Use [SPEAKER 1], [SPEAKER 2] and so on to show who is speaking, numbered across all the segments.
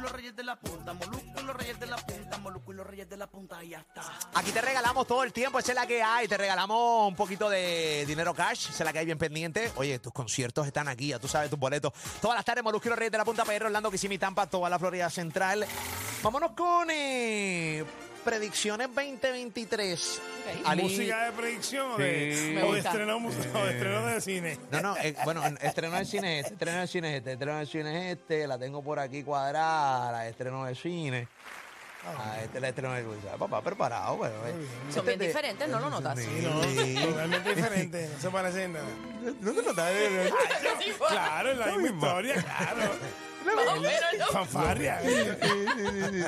[SPEAKER 1] Los reyes de la punta, Molusco, los reyes de la punta, Molusco y los reyes de la punta, y ya está.
[SPEAKER 2] Aquí te regalamos todo el tiempo, esa es la que hay. Te regalamos un poquito de dinero cash, esa es la que hay bien pendiente. Oye, tus conciertos están aquí, ya tú sabes, tus boletos. Todas las tardes, Molusco y los Reyes de la Punta PR, Orlando, Kissimmee, Tampa, toda la Florida Central. Vámonos con eh, predicciones 2023. Ali-
[SPEAKER 3] Música de predicción o de, o de estreno, mus- o de estreno de cine.
[SPEAKER 2] No, no, eh, bueno, en- estreno de cine es este, estreno de cine es este, estreno de cine es este, la tengo por aquí cuadrada, la de estreno de cine. Ah, este es la de estreno de Luisa. Papá, preparado, pero. eh. Este Son bien diferentes, ¿no lo notas?
[SPEAKER 3] No, totalmente diferente, no se parece en nada.
[SPEAKER 2] No te notas. eh, eh.
[SPEAKER 3] Claro, es la misma historia, claro. Fanfarria.
[SPEAKER 2] Sí,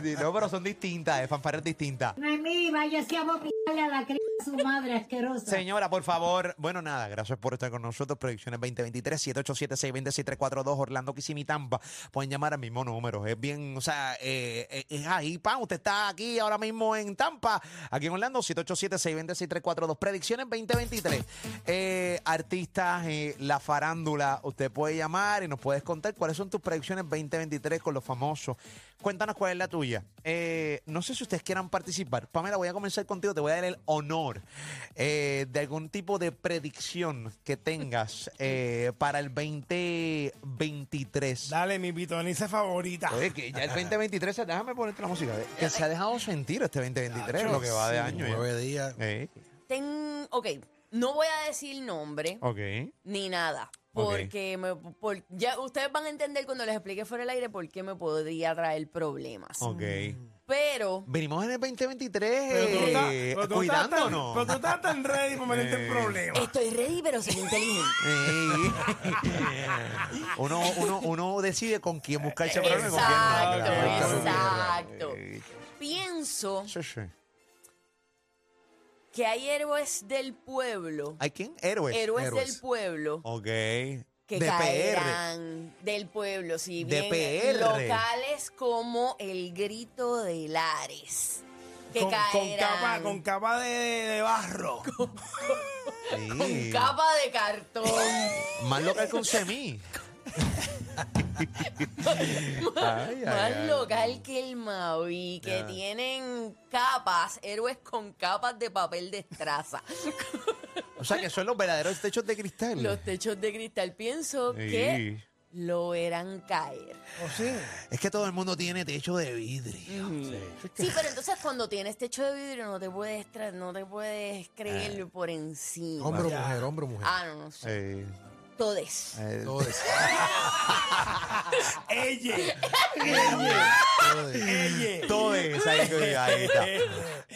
[SPEAKER 2] sí, No, pero son distintas, eh, fanfarrias distintas.
[SPEAKER 4] Noemí, váyase a vomitarle a la cría a su madre asquerosa.
[SPEAKER 2] Señora, por favor. Bueno, nada, gracias por estar con nosotros. Predicciones 2023, 787-620-6342, Orlando Kissimmee, Tampa. Pueden llamar al mismo número. Es bien, o sea, eh, eh, es ahí, pan. Usted está aquí ahora mismo en Tampa, aquí en Orlando, 787-620-6342. Predicciones 2023. Eh, artistas, eh, la farándula, usted puede llamar y nos puedes contar cuáles son tus predicciones 2023 con los famosos. Cuéntanos cuál es la tuya. Eh, no sé si ustedes quieran participar. Pamela, voy a comenzar contigo. Te voy a dar el honor eh, de algún tipo de predicción que tengas eh, para el 2023.
[SPEAKER 3] Dale, mi pitoniza favorita.
[SPEAKER 2] Oye, que ya el 2023, se- déjame ponerte la música. eh, Que se ha dejado sentir este 2023, lo que va de año. ya.
[SPEAKER 5] Nueve días.
[SPEAKER 2] Eh,
[SPEAKER 6] Ten, ok, no voy a decir nombre
[SPEAKER 2] ok.
[SPEAKER 6] ni nada.
[SPEAKER 2] Ok.
[SPEAKER 6] Porque me- por- ya ustedes van a entender cuando les explique fuera del aire por qué me podría traer problemas.
[SPEAKER 2] Ok.
[SPEAKER 6] Pero
[SPEAKER 2] Venimos en el 2023
[SPEAKER 3] Pero tú no estás-
[SPEAKER 2] eh,
[SPEAKER 3] pero tú no estás tan-
[SPEAKER 2] cuidándonos. Eh.
[SPEAKER 3] Pero tú estás tan ready para meterte en problemas.
[SPEAKER 6] estoy ready, pero soy inteligente.
[SPEAKER 2] Ey. uno, uno, uno decide con quién buscarse problemas y con quién no.
[SPEAKER 6] Exacto,
[SPEAKER 2] Claro,
[SPEAKER 6] exacto.
[SPEAKER 2] claro. Ey.
[SPEAKER 6] Pienso
[SPEAKER 2] Sí, sí.
[SPEAKER 6] que hay héroes del pueblo,
[SPEAKER 2] ¿Hay quién? Héroes.
[SPEAKER 6] héroes, del
[SPEAKER 5] héroes.
[SPEAKER 6] pueblo
[SPEAKER 2] Ok.
[SPEAKER 6] que
[SPEAKER 2] de
[SPEAKER 6] caerán del pueblo, si
[SPEAKER 2] De
[SPEAKER 6] bien
[SPEAKER 2] PR.
[SPEAKER 6] locales como el grito de Lares. Que
[SPEAKER 3] Con, con
[SPEAKER 6] caerán
[SPEAKER 3] capa, con capa de, de barro.
[SPEAKER 2] PR. Sí.
[SPEAKER 6] con capa de cartón.
[SPEAKER 2] Más local que un semí. Ay, ay,
[SPEAKER 6] Más
[SPEAKER 2] ay.
[SPEAKER 6] local que el Maui, que tienen capas, héroes con capas de papel de estraza.
[SPEAKER 2] O sea, que son los verdaderos techos de cristal.
[SPEAKER 6] Los techos de cristal, pienso que
[SPEAKER 2] Sí.
[SPEAKER 6] lo verán caer.
[SPEAKER 2] Es que todo el mundo tiene techo de vidrio.
[SPEAKER 6] Sí, pero entonces cuando tienes techo de vidrio no te puedes tra- no te puedes creer
[SPEAKER 5] Eh.
[SPEAKER 6] por encima.
[SPEAKER 5] Hombre o mujer, hombre o mujer.
[SPEAKER 6] Ah, no, no sé.
[SPEAKER 2] Eh,
[SPEAKER 6] Todes.
[SPEAKER 2] eh,
[SPEAKER 5] Todo eso.
[SPEAKER 3] Ella,
[SPEAKER 5] todo eso.
[SPEAKER 3] ella.
[SPEAKER 2] Todo es ahí, que- ahí está.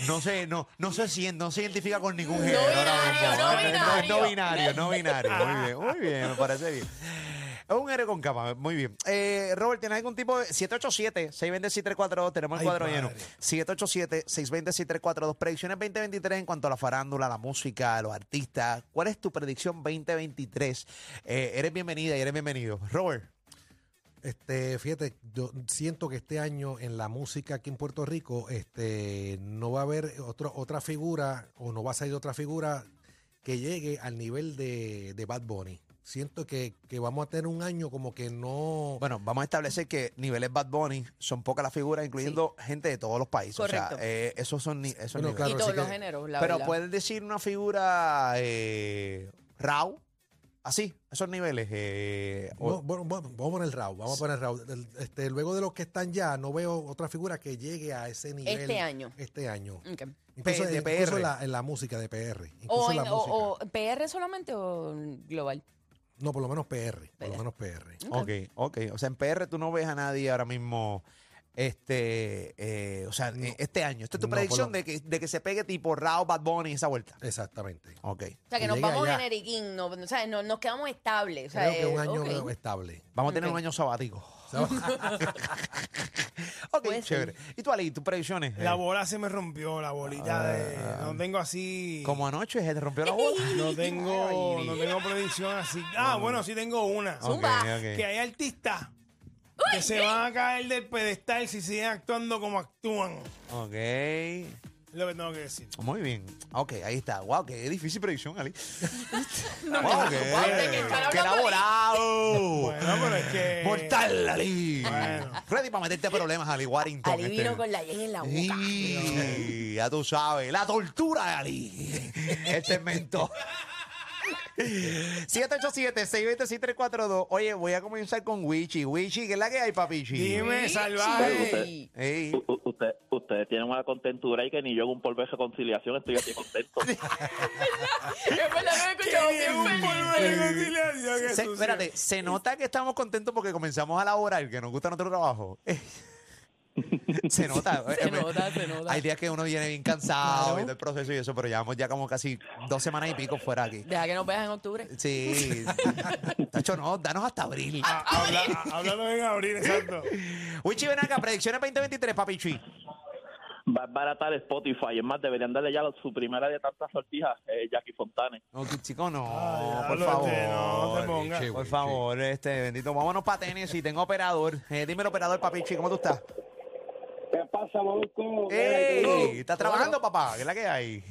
[SPEAKER 2] No sé, no, no se siente, no se identifica con ningún género. ahora mismo.
[SPEAKER 6] binario, no binario.
[SPEAKER 2] no binario, no binario. Muy bien, muy bien, me parece bien. Es un héroe con capa, muy bien. Eh, Robert, ¿tienes algún tipo de 787 620 6342 Tenemos el
[SPEAKER 3] Ay,
[SPEAKER 2] cuadro
[SPEAKER 3] padre.
[SPEAKER 2] lleno. 787 620 6342 Predicciones 2023 en cuanto a la farándula, la música, los artistas. ¿Cuál es tu predicción 2023? Eh, eres bienvenida y eres bienvenido. Robert.
[SPEAKER 5] Este, fíjate, yo siento que este año en la música aquí en Puerto Rico, este, no va a haber otro, otra figura o no va a salir otra figura que llegue al nivel de, de Bad Bunny. Siento que, que vamos a tener un año como que no.
[SPEAKER 2] Bueno, vamos a establecer que niveles Bad Bunny son pocas las figuras, incluyendo gente de todos los países. O
[SPEAKER 6] Correcto.
[SPEAKER 2] sea, eh, esos son, ni- esos
[SPEAKER 5] Bueno,
[SPEAKER 2] niveles.
[SPEAKER 5] claro,
[SPEAKER 6] y
[SPEAKER 5] así
[SPEAKER 6] todos los
[SPEAKER 5] que-
[SPEAKER 6] géneros, la
[SPEAKER 2] Pero
[SPEAKER 6] verdad.
[SPEAKER 2] puedes decir una figura eh, raw, Así, esos niveles. eh, o-
[SPEAKER 5] No, bueno, bueno, vamos a poner Raúl, vamos a poner Raúl. El- Este, luego de los que están ya, no veo otra figura que llegue a ese nivel.
[SPEAKER 6] Este año.
[SPEAKER 5] Este año.
[SPEAKER 6] Ok.
[SPEAKER 5] Incluso,
[SPEAKER 2] de
[SPEAKER 5] incluso
[SPEAKER 2] PR.
[SPEAKER 5] en la, en la música de PR. Incluso
[SPEAKER 6] O,
[SPEAKER 5] en la
[SPEAKER 6] en- o-
[SPEAKER 5] música.
[SPEAKER 6] o PR solamente o global.
[SPEAKER 5] No, por lo menos PR. Por
[SPEAKER 6] PR.
[SPEAKER 5] lo menos PR.
[SPEAKER 2] Ok, ok. O sea, en PR tú no ves a nadie ahora mismo. Este, eh, o sea, eh, este año. Esta es tu
[SPEAKER 5] No, por
[SPEAKER 2] predicción
[SPEAKER 5] lo-
[SPEAKER 2] de que, de que se pegue tipo Rao, Bad Bunny, esa vuelta.
[SPEAKER 5] Exactamente.
[SPEAKER 2] Ok.
[SPEAKER 6] O sea, que
[SPEAKER 5] Que
[SPEAKER 6] nos
[SPEAKER 5] llegue
[SPEAKER 6] vamos
[SPEAKER 5] allá.
[SPEAKER 6] generiquín, no, o sea, no- nos quedamos estables. O sea,
[SPEAKER 5] Creo que un
[SPEAKER 6] eh,
[SPEAKER 5] año
[SPEAKER 6] ok.
[SPEAKER 5] estable.
[SPEAKER 2] Vamos a tener
[SPEAKER 6] Ok.
[SPEAKER 2] un año sabático. ok,
[SPEAKER 6] Puede
[SPEAKER 2] chévere. ¿Y tú, Ali, tus predicciones?
[SPEAKER 3] La
[SPEAKER 2] Eh, Ah.
[SPEAKER 3] bola se me rompió, la bolita de. No tengo así.
[SPEAKER 2] como anoche, se te rompió la bola.
[SPEAKER 3] No tengo,
[SPEAKER 2] Ay,
[SPEAKER 3] no tengo predicción así. Ah, bueno, sí tengo una.
[SPEAKER 2] Ok,
[SPEAKER 6] Zumba.
[SPEAKER 2] ok.
[SPEAKER 3] Que hay artistas que se van a caer del pedestal si siguen actuando como actúan.
[SPEAKER 2] Ok.
[SPEAKER 3] Es lo que tengo que decir.
[SPEAKER 2] Muy bien. Ok, ahí está. Wow, qué difícil predicción, Ali.
[SPEAKER 6] No,
[SPEAKER 2] Wow,
[SPEAKER 6] no,
[SPEAKER 2] qué,
[SPEAKER 6] no, de que estar
[SPEAKER 2] qué
[SPEAKER 6] hablando de-
[SPEAKER 2] elaborado.
[SPEAKER 3] Bueno, pero es que.
[SPEAKER 2] Mortal, Ali.
[SPEAKER 3] Bueno.
[SPEAKER 2] Ready para meterte problemas, Ali Warrington.
[SPEAKER 6] Ali
[SPEAKER 2] este.
[SPEAKER 6] vino con la yen en la boca.
[SPEAKER 2] Sí, ya tú sabes, la tortura de Ali. Este es mentor. 787-626-342. Oye, voy a comenzar con Wichi. Wichi, ¿qué es la que hay, papichi?
[SPEAKER 3] Dime, salvaje.
[SPEAKER 6] Sí.
[SPEAKER 2] Ey,
[SPEAKER 7] U- u- usted- ustedes tienen una contentura y que ni yo en un polvo de reconciliación estoy así contento.
[SPEAKER 6] Es verdad, no me escuchaba
[SPEAKER 3] Qué
[SPEAKER 6] bien
[SPEAKER 3] bien,
[SPEAKER 6] feliz.
[SPEAKER 3] por el reconciliación, qué
[SPEAKER 2] se,
[SPEAKER 3] sucio.
[SPEAKER 2] espérate, se nota que estamos contentos porque comenzamos a laborar, que nos gusta nuestro trabajo. se nota. eh, pues,
[SPEAKER 6] Se nota, se nota.
[SPEAKER 2] Hay días que uno viene bien cansado viendo el proceso y eso, pero llevamos ya como casi dos semanas y pico fuera aquí.
[SPEAKER 6] Deja que nos veas en octubre.
[SPEAKER 2] Sí. Tacho, no, danos hasta abril.
[SPEAKER 3] Ah, habla- ah, Háblalo en abril, exacto.
[SPEAKER 2] Wichi, ven acá, predicciones 2023, papi Chuy.
[SPEAKER 7] Va a baratar Spotify. Es más, deberían darle ya su primera de tantas sortijas, eh, Jackie Fontane.
[SPEAKER 2] No, que chico, no,
[SPEAKER 3] Ay,
[SPEAKER 2] por
[SPEAKER 3] hablo,
[SPEAKER 2] favor.
[SPEAKER 3] este, no te pongas.
[SPEAKER 2] Por favor, este, bendito. Vámonos para tenis y tengo operador. Eh, dímelo, operador, papi Chuy, ¿cómo tú estás?
[SPEAKER 8] ¿Qué pasa, Molusco?
[SPEAKER 2] ¡Ey! ¿Estás trabajando, papá? ¿Qué es la que hay?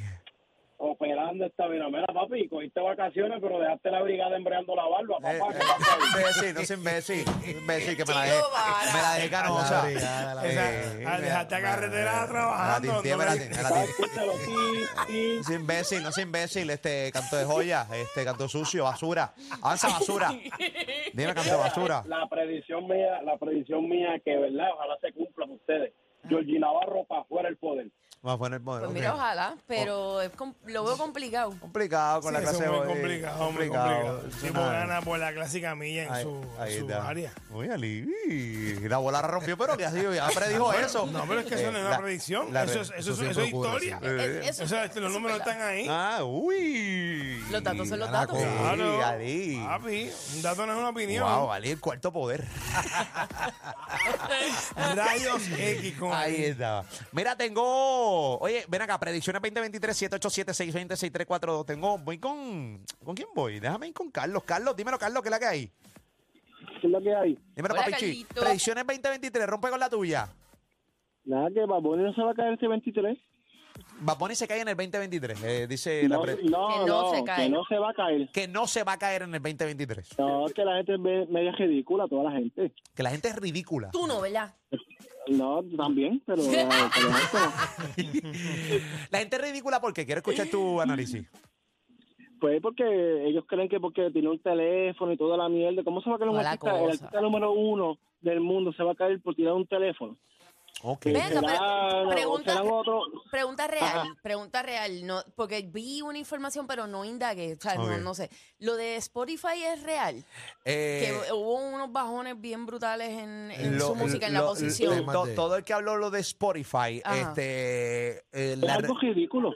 [SPEAKER 8] Operando esta vida. Mira, papi, cogiste vacaciones, pero dejaste la brigada embreando la barba,
[SPEAKER 2] Eh,
[SPEAKER 8] papá.
[SPEAKER 2] eh,
[SPEAKER 8] ¿Qué pasa ahí?
[SPEAKER 2] imbécil, no soy imbécil. Imbécil que me la dejé.
[SPEAKER 6] Chico, vara.
[SPEAKER 2] Me la dejé
[SPEAKER 5] La
[SPEAKER 2] canosa.
[SPEAKER 5] brigada, la
[SPEAKER 3] brigada. Ah, dejaste a carretera trabajando,
[SPEAKER 2] Me la tinté,
[SPEAKER 3] no
[SPEAKER 2] me
[SPEAKER 3] la-
[SPEAKER 2] la tinté, me la
[SPEAKER 8] Ah,
[SPEAKER 2] tinté.
[SPEAKER 8] Escúchalo, sí,
[SPEAKER 2] No
[SPEAKER 8] sí.
[SPEAKER 2] soy imbécil, no soy imbécil. Este canto de joya, este canto sucio, basura. Avanza, basura. Dime, canto basura.
[SPEAKER 8] La predicción mía, la predicción mía que, ¿verdad? Ojalá se cumplan ustedes.
[SPEAKER 6] Ah.
[SPEAKER 8] Georgina Navarro para fuera el poder.
[SPEAKER 2] Vamos a poner poder.
[SPEAKER 6] Pues
[SPEAKER 2] ok.
[SPEAKER 6] mira, ojalá, pero es com- lo veo complicado.
[SPEAKER 2] Complicado con la
[SPEAKER 3] Sí,
[SPEAKER 2] clase
[SPEAKER 3] eso es muy
[SPEAKER 2] hoy.
[SPEAKER 3] complicado, muy complicado. El tipo gana por la clásica milla en
[SPEAKER 2] Ahí-
[SPEAKER 3] su,
[SPEAKER 2] ahí
[SPEAKER 3] su
[SPEAKER 2] está.
[SPEAKER 3] área.
[SPEAKER 2] Muy alivio. La bola la rompió, pero que así ya predijo eso.
[SPEAKER 3] No, pero es que eso no es
[SPEAKER 2] Eh,
[SPEAKER 3] una predicción. eso es, eso es- eso es
[SPEAKER 5] ocurre,
[SPEAKER 3] historia. Eh,
[SPEAKER 6] Es- es- Eh, eso-
[SPEAKER 3] Eso es- este, los
[SPEAKER 6] eso
[SPEAKER 3] números
[SPEAKER 6] es verdad.
[SPEAKER 3] están ahí.
[SPEAKER 2] Ah, uy.
[SPEAKER 6] Los datos son los
[SPEAKER 5] gana
[SPEAKER 6] datos.
[SPEAKER 5] con-
[SPEAKER 2] Sí,
[SPEAKER 3] Claro. Ah,
[SPEAKER 2] Ali.
[SPEAKER 3] Papi, un dato no es una opinión.
[SPEAKER 2] Wow, Ali, el cuarto poder.
[SPEAKER 3] Rayos X con
[SPEAKER 2] Ahí estaba. Mira, tengo. Oye, ven acá, predicciones 2023, 787 620 6342 Tengo, voy con. ¿Con quién voy? Déjame ir con Carlos. Carlos, dímelo, Carlos, ¿qué es la que hay?
[SPEAKER 8] ¿Qué es lo que hay?
[SPEAKER 2] Dímelo,
[SPEAKER 6] Hola,
[SPEAKER 2] papichi.
[SPEAKER 6] Carlito.
[SPEAKER 2] Predicciones 2023, rompe con la tuya.
[SPEAKER 8] Nada, que Baboni no se va a caer este 23.
[SPEAKER 2] Bad Bunny se cae en el 2023. eh, dice la
[SPEAKER 8] No,
[SPEAKER 2] pre-
[SPEAKER 8] no,
[SPEAKER 6] Que no
[SPEAKER 8] no,
[SPEAKER 6] se cae.
[SPEAKER 8] que no se va a caer.
[SPEAKER 2] que no se va a caer en el 2023.
[SPEAKER 8] No, que la gente es me- media ridícula, toda la gente.
[SPEAKER 2] Que la gente es ridícula.
[SPEAKER 6] Tú no, ¿verdad?
[SPEAKER 8] No, también, pero... eh, pero esto-
[SPEAKER 2] La gente es ridícula porque quiero escuchar tu análisis.
[SPEAKER 8] Pues porque ellos creen que porque tiene un teléfono y toda la mierda, ¿cómo se va a caer un
[SPEAKER 6] Toda la
[SPEAKER 8] artista, el
[SPEAKER 6] cosa.
[SPEAKER 8] artista número uno del mundo se va a caer por tirar un teléfono?
[SPEAKER 2] Ok.
[SPEAKER 6] Venga,
[SPEAKER 8] Será-
[SPEAKER 6] pero-
[SPEAKER 8] o
[SPEAKER 6] pregunta-
[SPEAKER 8] serán otro-
[SPEAKER 6] Pregunta real,
[SPEAKER 8] Ajá.
[SPEAKER 6] pregunta real. No, porque vi una información, pero no indagué. O sea, no,
[SPEAKER 2] Ok.
[SPEAKER 6] no sé. Lo de Spotify es real.
[SPEAKER 2] Eh,
[SPEAKER 6] que hubo unos bajones bien brutales en, en
[SPEAKER 2] lo-
[SPEAKER 6] su música, en la
[SPEAKER 2] lo-
[SPEAKER 6] posición.
[SPEAKER 2] lo- to- todo el que habló lo de Spotify,
[SPEAKER 6] Ajá.
[SPEAKER 2] este, eh,
[SPEAKER 8] es
[SPEAKER 2] la re-
[SPEAKER 8] algo ridículo.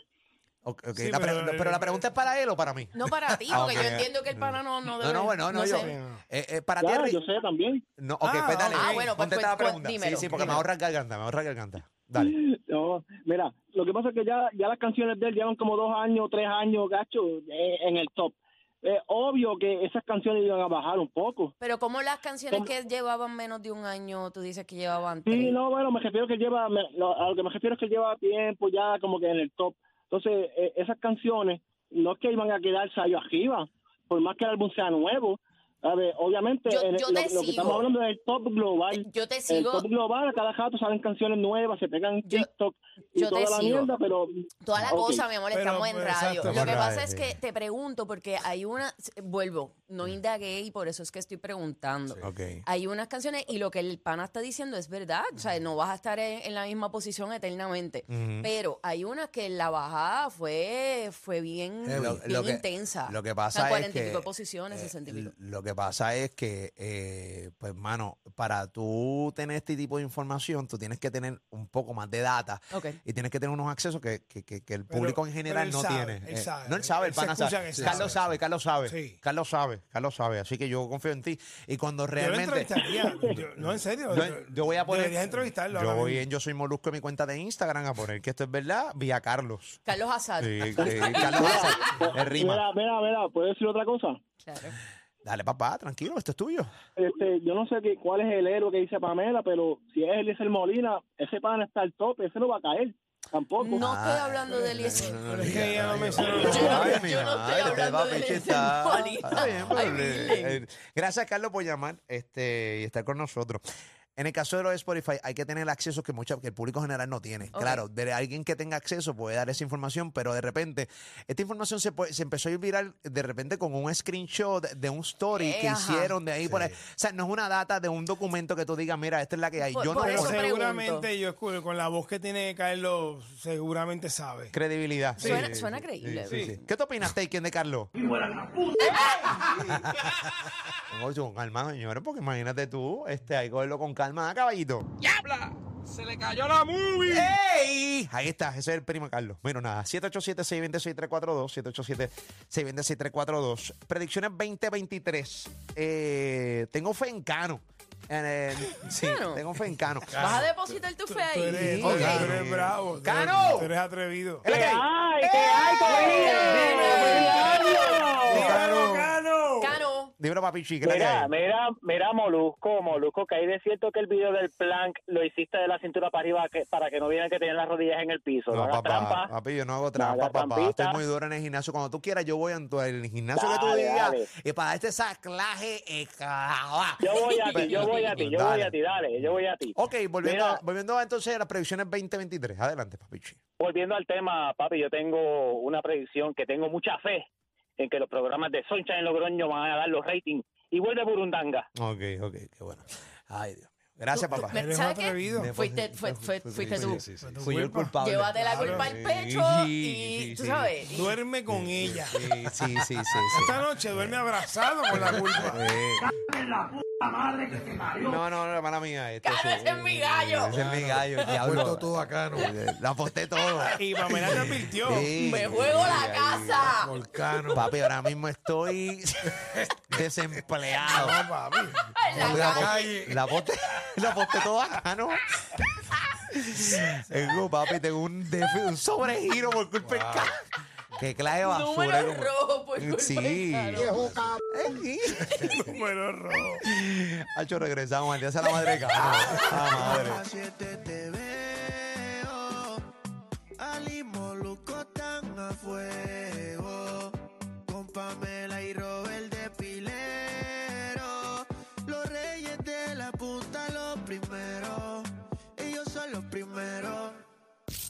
[SPEAKER 2] ok, ok,
[SPEAKER 3] Sí,
[SPEAKER 2] la pre-
[SPEAKER 3] pero- eh,
[SPEAKER 2] pero, la pregunta es para él o para mí.
[SPEAKER 6] no para ti,
[SPEAKER 2] Ah,
[SPEAKER 6] porque
[SPEAKER 2] ok.
[SPEAKER 6] yo entiendo que el pana no, no
[SPEAKER 2] No,
[SPEAKER 6] debe.
[SPEAKER 2] no, bueno, no, yo.
[SPEAKER 6] sé.
[SPEAKER 2] eh, eh, para ti,
[SPEAKER 8] Claro,
[SPEAKER 2] Henry-
[SPEAKER 8] yo sé también.
[SPEAKER 2] No, ok,
[SPEAKER 3] Ah,
[SPEAKER 2] pues dale.
[SPEAKER 6] ah, bueno, pues,
[SPEAKER 2] contesta la
[SPEAKER 6] pues,
[SPEAKER 2] pregunta.
[SPEAKER 6] dímelo,
[SPEAKER 2] sí, sí, porque me
[SPEAKER 6] dímelo.
[SPEAKER 2] ahorra garganta, me ahorra garganta. Dale.
[SPEAKER 8] No, mira, lo que pasa es que ya, ya las canciones de él llevan como dos años, tres años, gacho, eh, en el top. Es obvio que esas canciones iban a bajar un poco.
[SPEAKER 6] Pero como las canciones
[SPEAKER 8] ¿Cómo?
[SPEAKER 6] que llevaban menos de un año, tú dices que llevaban tres. Eh,
[SPEAKER 8] Sí, no, bueno, me refiero que lleva, me- lo- a lo que me refiero es que lleva tiempo ya como que en el top. Entonces, e, eh, esas canciones no es que iban a quedarse ahí arriba, por más que el álbum sea nuevo, A ver, obviamente,
[SPEAKER 6] Yo-
[SPEAKER 8] en el-
[SPEAKER 6] yo
[SPEAKER 8] lo,
[SPEAKER 6] te
[SPEAKER 8] lo que
[SPEAKER 6] sigo.
[SPEAKER 8] estamos hablando es el top global.
[SPEAKER 6] Yo te
[SPEAKER 8] El
[SPEAKER 6] sigo.
[SPEAKER 8] top global, a cada rato salen canciones nuevas, se pegan TikTok y
[SPEAKER 6] yo te
[SPEAKER 8] toda la
[SPEAKER 6] sigo.
[SPEAKER 8] mierda, pero...
[SPEAKER 6] Toda la
[SPEAKER 8] Ok.
[SPEAKER 6] cosa, mi amor, estamos
[SPEAKER 2] pues,
[SPEAKER 6] en radio.
[SPEAKER 8] exacto,
[SPEAKER 6] Lo que
[SPEAKER 8] en
[SPEAKER 6] pasa
[SPEAKER 8] radio,
[SPEAKER 6] es
[SPEAKER 8] sí.
[SPEAKER 6] que te pregunto, porque hay una. Vuelvo,
[SPEAKER 2] Mm.
[SPEAKER 6] no indagué y por eso es que estoy preguntando. Hay unas canciones y lo que el pana está diciendo es verdad. O
[SPEAKER 2] Mm.
[SPEAKER 6] sea, no vas a estar en, en la misma posición eternamente.
[SPEAKER 2] Ujú.
[SPEAKER 6] Pero hay unas que la bajada fue, fue bien,
[SPEAKER 2] Eh, lo-
[SPEAKER 6] bien
[SPEAKER 2] lo que-
[SPEAKER 6] intensa.
[SPEAKER 2] lo que pasa
[SPEAKER 6] O sea,
[SPEAKER 2] es
[SPEAKER 6] cuarenta y
[SPEAKER 2] que, eh,
[SPEAKER 6] pico de posiciones, sesenta y pico.
[SPEAKER 2] Lo que pasa es que, eh, pues, mano, para tú tener este tipo de información, tú tienes que tener un poco más de data
[SPEAKER 6] Ok.
[SPEAKER 2] y tienes que tener unos accesos que, que- que- que el
[SPEAKER 3] Pero-
[SPEAKER 2] público en
[SPEAKER 3] pero
[SPEAKER 2] general
[SPEAKER 3] él
[SPEAKER 2] no
[SPEAKER 3] sabe,
[SPEAKER 2] tiene.
[SPEAKER 3] él
[SPEAKER 2] Eh,
[SPEAKER 3] sabe,
[SPEAKER 2] no, él sabe, el
[SPEAKER 3] él se
[SPEAKER 2] pana
[SPEAKER 3] escucha
[SPEAKER 2] sabe.
[SPEAKER 3] que sabe.
[SPEAKER 2] Carlos sabe, Carlos sabe.
[SPEAKER 3] Sí.
[SPEAKER 2] Carlos sabe, Carlos sabe. Así que yo confío en ti. Y cuando realmente.
[SPEAKER 3] Yo lo entrevistaría. Yo- no, en serio.
[SPEAKER 2] Yo, yo voy a poner.
[SPEAKER 3] Deberías entrevistarlo.
[SPEAKER 2] Yo
[SPEAKER 3] ahora
[SPEAKER 2] voy
[SPEAKER 3] mismo.
[SPEAKER 2] en Yo Soy Molusco en mi cuenta de Instagram a poner que esto es verdad, vía Carlos.
[SPEAKER 6] Carlos Azar.
[SPEAKER 2] Sí, sí, Carlos Azar. Es rima.
[SPEAKER 8] Mira, mira, mira, ¿puedes decir otra cosa?
[SPEAKER 6] Claro.
[SPEAKER 2] Dale, papá, tranquilo, esto es tuyo.
[SPEAKER 8] Este, yo no sé qué- cuál es el héroe que dice Pamela, pero si es Eliezer Molina, ese pan está al tope, ese no va a caer, tampoco.
[SPEAKER 6] No estoy hablando de Eliezer.
[SPEAKER 3] Pero es que ella no mencionó
[SPEAKER 2] Yo
[SPEAKER 3] nada.
[SPEAKER 2] no, yo no estoy hablando de
[SPEAKER 6] ese Juanito. Ay, Milen.
[SPEAKER 2] Gracias, Carlos, por llamar este, y estar con nosotros. En el caso de los de Spotify, hay que tener acceso que, mucha, que el público general no tiene.
[SPEAKER 6] Ok.
[SPEAKER 2] Claro, de alguien que tenga acceso puede dar esa información, pero de repente, esta información se, puede- se empezó a ir viral de repente con un screenshot de un story
[SPEAKER 6] Eh,
[SPEAKER 2] que
[SPEAKER 6] ajá.
[SPEAKER 2] hicieron de ahí por ahí. O sea, no es una data de un documento que tú digas, mira, esta es la que hay.
[SPEAKER 6] Por-
[SPEAKER 2] Yo no
[SPEAKER 6] por
[SPEAKER 2] voy a
[SPEAKER 6] eso
[SPEAKER 2] poner
[SPEAKER 6] pregunto.
[SPEAKER 3] Seguramente yo escucho, con la voz que tiene Carlos, seguramente sabe.
[SPEAKER 2] credibilidad.
[SPEAKER 6] Suena- suena creíble, ¿verdad?
[SPEAKER 2] ¿Qué te opinas, Taken, de Carlos? Oye, con calma, señores, porque imagínate tú, este, hay que verlo con calma, ¿ah, caballito.
[SPEAKER 1] Se le cayó la movie.
[SPEAKER 2] ¡Ey! Ahí está, ese es el primo Carlos. Bueno, nada, 787-620-6342, 787-620-6342. Predicciones 2023. Eh, tengo fe en Cano. En el- sí,
[SPEAKER 6] Cano.
[SPEAKER 2] tengo fe en Cano.
[SPEAKER 6] Vas a depositar tu fe
[SPEAKER 3] Tú
[SPEAKER 6] ahí.
[SPEAKER 3] eres, tú
[SPEAKER 2] Ok.
[SPEAKER 3] eres- tú eres bravo. tú eres-
[SPEAKER 2] ¡Cano!
[SPEAKER 3] Tú eres atrevido.
[SPEAKER 2] ¿Es la que hay?
[SPEAKER 8] ¡Ay, qué hay, corillo!
[SPEAKER 3] ¡Cano, Cano!
[SPEAKER 6] Cano.
[SPEAKER 2] Dímelo, papi chica, ¿qué es la
[SPEAKER 7] Mira,
[SPEAKER 2] que hay?
[SPEAKER 7] mira, mira, Molusco, Molusco, que ahí de cierto que el video del plank lo hiciste de la cintura para arriba que- para que no vieran que tenían las rodillas en el piso. No,
[SPEAKER 2] No,
[SPEAKER 7] hagas
[SPEAKER 2] papá,
[SPEAKER 7] trampa.
[SPEAKER 2] papi, yo no hago trampa,
[SPEAKER 7] hagas
[SPEAKER 2] papá.
[SPEAKER 7] trampita.
[SPEAKER 2] Estoy muy duro en el gimnasio. Cuando tú quieras, yo voy al gimnasio que tú
[SPEAKER 7] Dale,
[SPEAKER 2] digas.
[SPEAKER 7] dale.
[SPEAKER 2] Y para este saclaje, eh, cava.
[SPEAKER 7] Yo voy a ti, yo voy a ti, yo voy
[SPEAKER 2] Dale.
[SPEAKER 7] a ti, dale, yo voy a ti.
[SPEAKER 2] Ok, volviendo,
[SPEAKER 7] Mira.
[SPEAKER 2] volviendo entonces a las previsiones 2023. Adelante, papichi.
[SPEAKER 7] Volviendo al tema, papi, yo tengo una predicción que tengo mucha fe en que los programas de Soncha en Logroño van a dar los ratings. Y vuelve Burundanga.
[SPEAKER 2] Ok, ok, qué bueno. Ay, Dios mío. Gracias, papá.
[SPEAKER 6] me-
[SPEAKER 3] Eres
[SPEAKER 6] ¿Sabes qué?
[SPEAKER 3] atrevido.
[SPEAKER 2] Me-
[SPEAKER 6] Fuiste, fue- fue- fuiste tú.
[SPEAKER 5] Sí, sí, sí.
[SPEAKER 2] Fui yo el culpable.
[SPEAKER 6] Llévate la culpa al pecho y, tú sabes, y-
[SPEAKER 3] Duerme con ella.
[SPEAKER 2] Sí, sí, sí, sí. sí.
[SPEAKER 3] Esta noche duerme abrazado con la culpa.
[SPEAKER 2] Eh. No, no, no, hermana mía. Este
[SPEAKER 6] Claro,
[SPEAKER 2] sí,
[SPEAKER 6] ¡Ah, ese es mi gallo.
[SPEAKER 2] Ese es mi gallo,
[SPEAKER 5] Puesto
[SPEAKER 2] diablo.
[SPEAKER 5] todo acá, ¿no?
[SPEAKER 2] La aposté todo.
[SPEAKER 3] Y Pamela te advirtió.
[SPEAKER 2] Sí.
[SPEAKER 6] me juego la
[SPEAKER 2] Ay,
[SPEAKER 6] casa.
[SPEAKER 5] Volcano.
[SPEAKER 2] Papi, ahora mismo estoy desempleado.
[SPEAKER 3] No, papi.
[SPEAKER 6] la
[SPEAKER 5] la
[SPEAKER 6] calle.
[SPEAKER 5] calle.
[SPEAKER 2] La poste, la poste toda, ah, ¿no? Tengo, papi, tengo un, defi- un sobregiro por culpa del ca- Qué clase de basura.
[SPEAKER 6] Número
[SPEAKER 2] como-
[SPEAKER 6] rojo por culpa
[SPEAKER 2] Sí. Eh,
[SPEAKER 6] de Cano.
[SPEAKER 2] Sí.
[SPEAKER 3] Número rojo.
[SPEAKER 2] Hacho, regresamos al día de la madre. de Cano. Ah, madre.
[SPEAKER 1] A las 7 te veo.